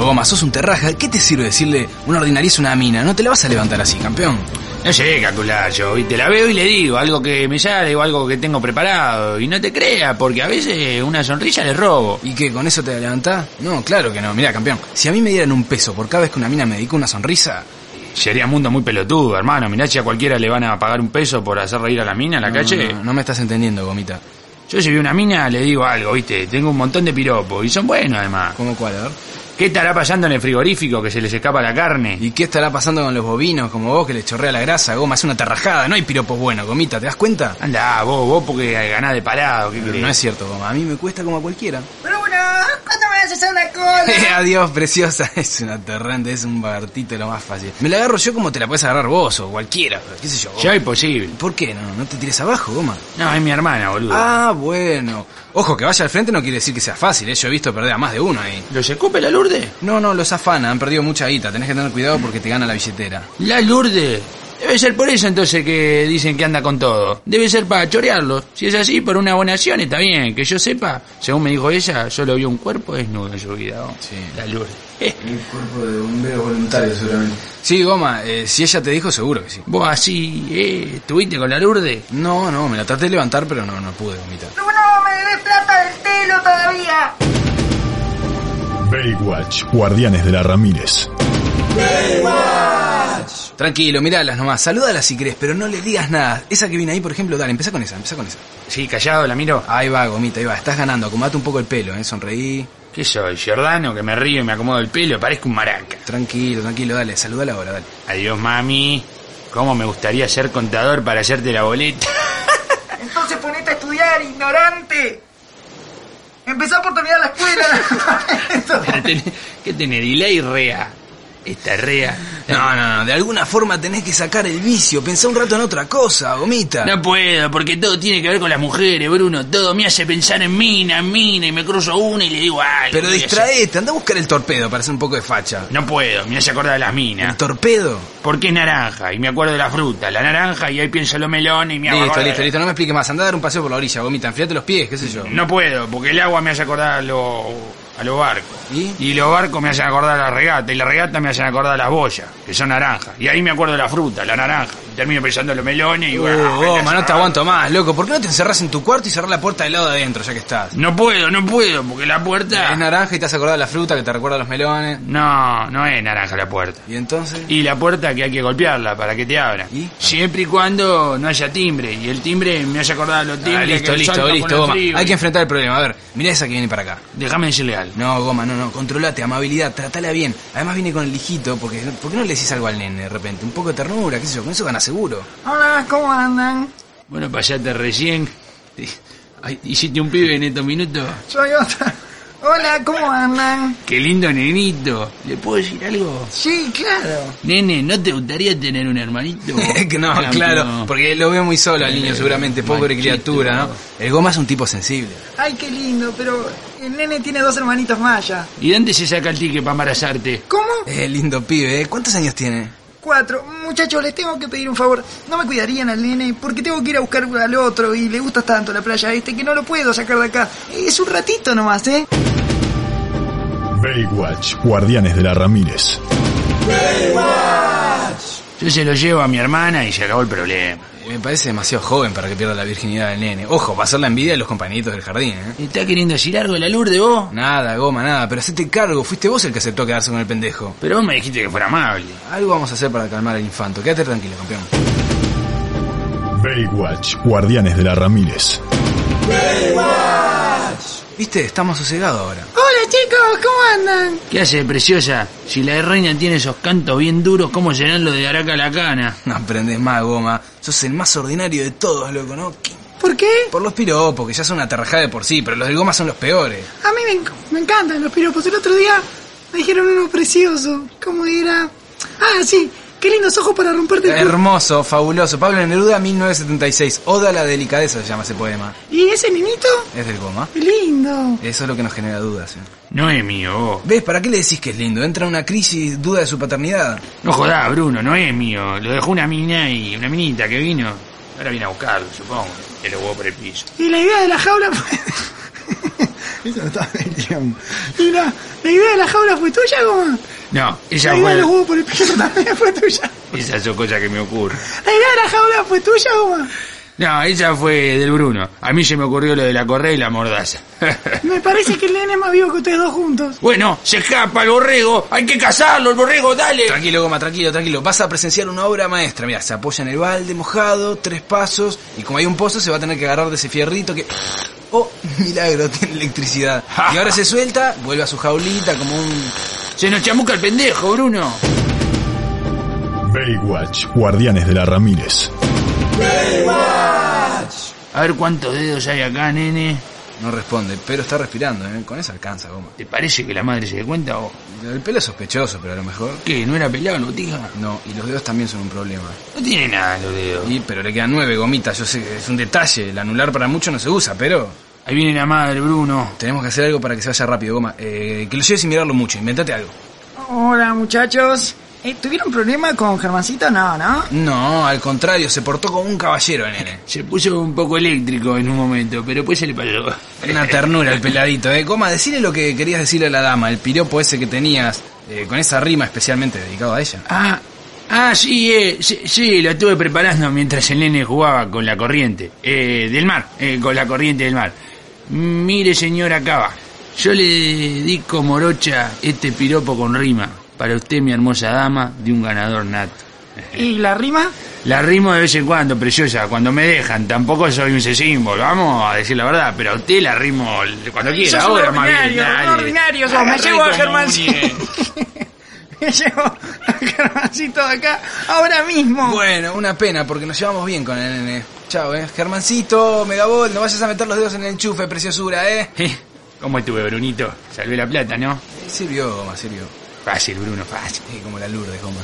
goma, sos un terraja. ¿Qué te sirve decirle una ordinariz a una mina? No te la vas a levantar así, campeón. No sé, Caculayo, y te la veo y le digo algo que me sale o algo que tengo preparado. Y no te creas, porque a veces una sonrisa le robo. ¿Y qué? ¿Con eso te la levantás? No, claro que no. Mira, campeón, si a mí me dieran un peso por cada vez que una mina me dedicó una sonrisa, Sería un mundo muy pelotudo, hermano. Mirá si a cualquiera le van a pagar un peso por hacer reír a la mina en la no, calle. no, no me estás entendiendo, gomita. Yo si veo una mina le digo algo, viste, tengo un montón de piropos y son buenos además. ¿Cómo cuál? A ver. ¿Qué estará pasando en el frigorífico que se les escapa la carne? ¿Y qué estará pasando con los bovinos como vos que les chorrea la grasa, goma? Es una tarrajada, no hay piropos buenos, gomita, ¿te das cuenta? Anda, vos, vos porque ganás de parado, ¿qué No crees? es cierto, goma, a mí me cuesta como a cualquiera. Bruno, ¿cuándo me vas a hacer una cola? Adiós, preciosa, es una aterrante, es un bagartito lo más fácil. Me la agarro yo como te la puedes agarrar vos o cualquiera, pero qué sé yo. Ya goma. imposible. ¿Por qué? No, no te tires abajo, goma. No, es mi hermana, boludo. Ah, bueno. Ojo, que vaya al frente no quiere decir que sea fácil, ¿eh? yo he visto perder a más de uno ahí. ¿Los escupe la Lourdes? No, no, los afana, han perdido mucha guita, tenés que tener cuidado porque te gana la billetera. La Lourdes. Debe ser por eso entonces que dicen que anda con todo. Debe ser para chorearlo. Si es así, por una abonación está bien. Que yo sepa, según me dijo ella, solo vio un cuerpo desnudo en su vida. ¿no? Sí. La Lourdes. Eh, El cuerpo de bomberos voluntarios, seguramente. Sí, Goma, eh, si ella te dijo, seguro que sí. vos así, eh, estuviste con la Lourdes. No, no, me la traté de levantar, pero no, no pude, Gomita. Bruno, me debes plata del telo todavía. Baywatch, Guardianes de la Ramírez. Tranquilo, miralas nomás, saludalas si querés, pero no le digas nada. Esa que viene ahí, por ejemplo, dale, empezá con esa, empezá con esa. Sí, callado, la miro. Ahí va, Gomita, ahí va, estás ganando, acomodate un poco el pelo, eh, sonreí. ¿Qué soy, Giordano? Que me río y me acomodo el pelo, parezco un maraca. Tranquilo, tranquilo, dale, saludala ahora, dale. Adiós, mami. ¿Cómo me gustaría ser contador para hacerte la boleta? Entonces ponete a estudiar, ignorante. Empezá por terminar la escuela. Eso. ¿Qué tenés, delay, rea? Esta rea. No, no, no, de alguna forma tenés que sacar el vicio, pensá un rato en otra cosa, Gomita. No puedo, porque todo tiene que ver con las mujeres, Bruno. Todo me hace pensar en mina, en mina, y me cruzo una y le digo algo. pero voy a hacer- distraete, anda a buscar el torpedo para hacer un poco de facha. No puedo, me hace acordar de las ¿El minas. torpedo? Porque es naranja, y me acuerdo de la fruta, la naranja, y ahí pienso en los melones, y me hago Listo, acordar- listo, listo, no me expliques más, anda a dar un paseo por la orilla, Gomita, enfriate los pies, qué sé yo. No puedo, porque el agua me hace acordar a, lo- a los barcos. ¿Y? los barcos me hacen acordar a la regata, y la regata me hacen acordar a las boyas, que son naranjas. Y ahí me acuerdo de la fruta, la naranja. Y termino pensando en los melones y... Uh, goma, no te aguanto más, loco. ¿Por qué no te encerrás en tu cuarto y cerrás la puerta del lado de adentro, ya que estás? No puedo, no puedo, porque la puerta... Es naranja y te has acordado de la fruta que te recuerda a los melones. No, no es naranja la puerta. Y entonces. Y la puerta que hay que golpearla para que te abra. ¿Y? Siempre y cuando no haya timbre. Y el timbre me hace acordar a los timbres. Ah, listo, que listo, saltan con el listo, goma. frío. Hay que enfrentar el problema. A ver, mirá esa que viene para acá. Déjame decirle algo. No, goma, no, no. Controlate, amabilidad, tratala bien. Además viene con el hijito, porque ¿por qué no le decís algo al nene de repente? Un poco de ternura, qué sé yo, con eso gana seguro. Hola, ¿cómo andan? Bueno, pasaste recién. Ay, Hiciste un pibe en estos minutos. Soy otra. Hola, ¿cómo andan? Qué lindo nenito. ¿Le puedo decir algo? Sí, claro. Nene, ¿no te gustaría tener un hermanito? Es que no, Tranquilo. claro, porque lo veo muy solo al niño seguramente, pobre Eh, machito. criatura, ¿no? El goma es un tipo sensible. Ay, qué lindo, pero el nene tiene dos hermanitos mayas. ¿Y dónde se saca el ticket para embarazarte? ¿Cómo? Eh, lindo pibe, ¿eh? ¿Cuántos años tiene? Cuatro. Muchachos, les tengo que pedir un favor. No me cuidarían al nene porque tengo que ir a buscar al otro y le gusta tanto la playa este que no lo puedo sacar de acá. Es un ratito nomás, ¿eh? Baywatch, Guardianes de la Ramírez. Yo se lo llevo a mi hermana y se acabó el problema. Me parece demasiado joven para que pierda la virginidad del nene. Ojo, va a ser la envidia de los compañeritos del jardín, ¿eh? ¿Está queriendo decir algo de la Lourdes vos? Nada, goma, nada, pero hacete cargo, fuiste vos el que aceptó quedarse con el pendejo. Pero vos me dijiste que fuera amable. Algo vamos a hacer para calmar al infanto, quédate tranquilo, campeón. Baywatch, Guardianes de la Ramírez. Viste, estamos sosegados ahora. Hola chicos, ¿cómo andan? ¿Qué hace, preciosa? Si la reina tiene esos cantos bien duros, ¿cómo serán los de Araca a la Cana? No aprendes más, goma. Sos el más ordinario de todos, loco, ¿no? ¿Qué? ¿Por qué? Por los piropos, que ya son una tarrajada de por sí, pero los del goma son los peores. A mí me, enc- me encantan los piropos. El otro día me dijeron uno precioso. ¿Cómo era? Ah, sí. Qué lindos ojos para romperte el culo. Hermoso, fabuloso. Pablo Neruda, 1976. Oda a la delicadeza se llama ese poema. ¿Y ese niñito? Es del goma. Qué lindo. Eso es lo que nos genera dudas. ¿eh? No es mío, vos. ¿Ves? ¿Para qué le decís que es lindo? Entra una crisis, duda de su paternidad. No jodás, Bruno, no es mío. Lo dejó una mina y una minita que vino. Ahora viene a buscarlo, supongo. Que lo hubo por el piso. Y la idea de la jaula fue... Eso no estaba en el guión. Y la, la idea de la jaula fue tuya, Goma. No, La esa idea de los fue, huevos por el piso también fue tuya. esas son cosas que me ocurren. La idea de la jaula fue tuya, Goma. No, esa fue del Bruno. A mí se me ocurrió lo de la correa y la mordaza. Me parece que el nene es más vivo que ustedes dos juntos. bueno, se escapa el borrego. Hay que cazarlo, el borrego, dale. Tranquilo, Goma, tranquilo, tranquilo. Vas a presenciar una obra maestra. Mira, se apoya en el balde mojado, tres pasos, y como hay un pozo, se va a tener que agarrar de ese fierrito que. ¡Oh, milagro! Tiene electricidad. Y ahora se suelta, vuelve a su jaulita como un. Se nos chamuca el pendejo, Bruno. Baywatch, Guardianes de la Ramírez. A ver cuántos dedos hay acá, nene. No responde, pero está respirando, ¿eh? Con eso alcanza, Goma. ¿Te parece que la madre se dé cuenta o El pelo es sospechoso, pero a lo mejor. qué? ¿No era pelado el botija? No, y los dedos también son un problema. No tiene nada los dedos. Y, pero le quedan nueve gomitas, yo sé, es un detalle. El anular para mucho no se usa, pero. Ahí viene la madre, Bruno. Tenemos que hacer algo para que se vaya rápido, Goma. Eh, que lo lleves sin mirarlo mucho, inventate algo. Hola, muchachos. Eh, ¿Tuvieron problema con Germancito? No, ¿no? No, al contrario, se portó como un caballero, nene. Se puso un poco eléctrico en un momento, pero después se le pasó. Una ternura el peladito, ¿eh? Goma, decile lo que querías decirle a la dama, el piropo ese que tenías, eh, con esa rima especialmente dedicado a ella. Ah, ah, sí, eh, sí, sí, lo estuve preparando mientras el nene jugaba con la corriente eh, del mar, eh, con la corriente del mar. Mire, señora Cava, yo le dedico morocha este piropo con rima para usted, mi hermosa dama, de un ganador nato. ¿Y la rima? La rimo de vez en cuando, preciosa, cuando me dejan. Tampoco soy un sesímbolo, vamos a decir la verdad, pero a usted la rimo cuando quiera, Sos un ahora más bien, ordinario, dale. un ordinario sos. Me Agarré llevo a como Germancito. un nie- Me llevo a Germancito de acá ahora mismo. Bueno, una pena, porque nos llevamos bien con el nene. Chao, ¿eh? Germancito, Megabol, no vayas a meter los dedos en el enchufe, preciosura, ¿eh? Eh, ¿Cómo estuve, Brunito? Salvé la plata, ¿no? Sirvió, Goma, sirvió. Fácil, Bruno, fácil. Sí, como la Lourdes, Goma.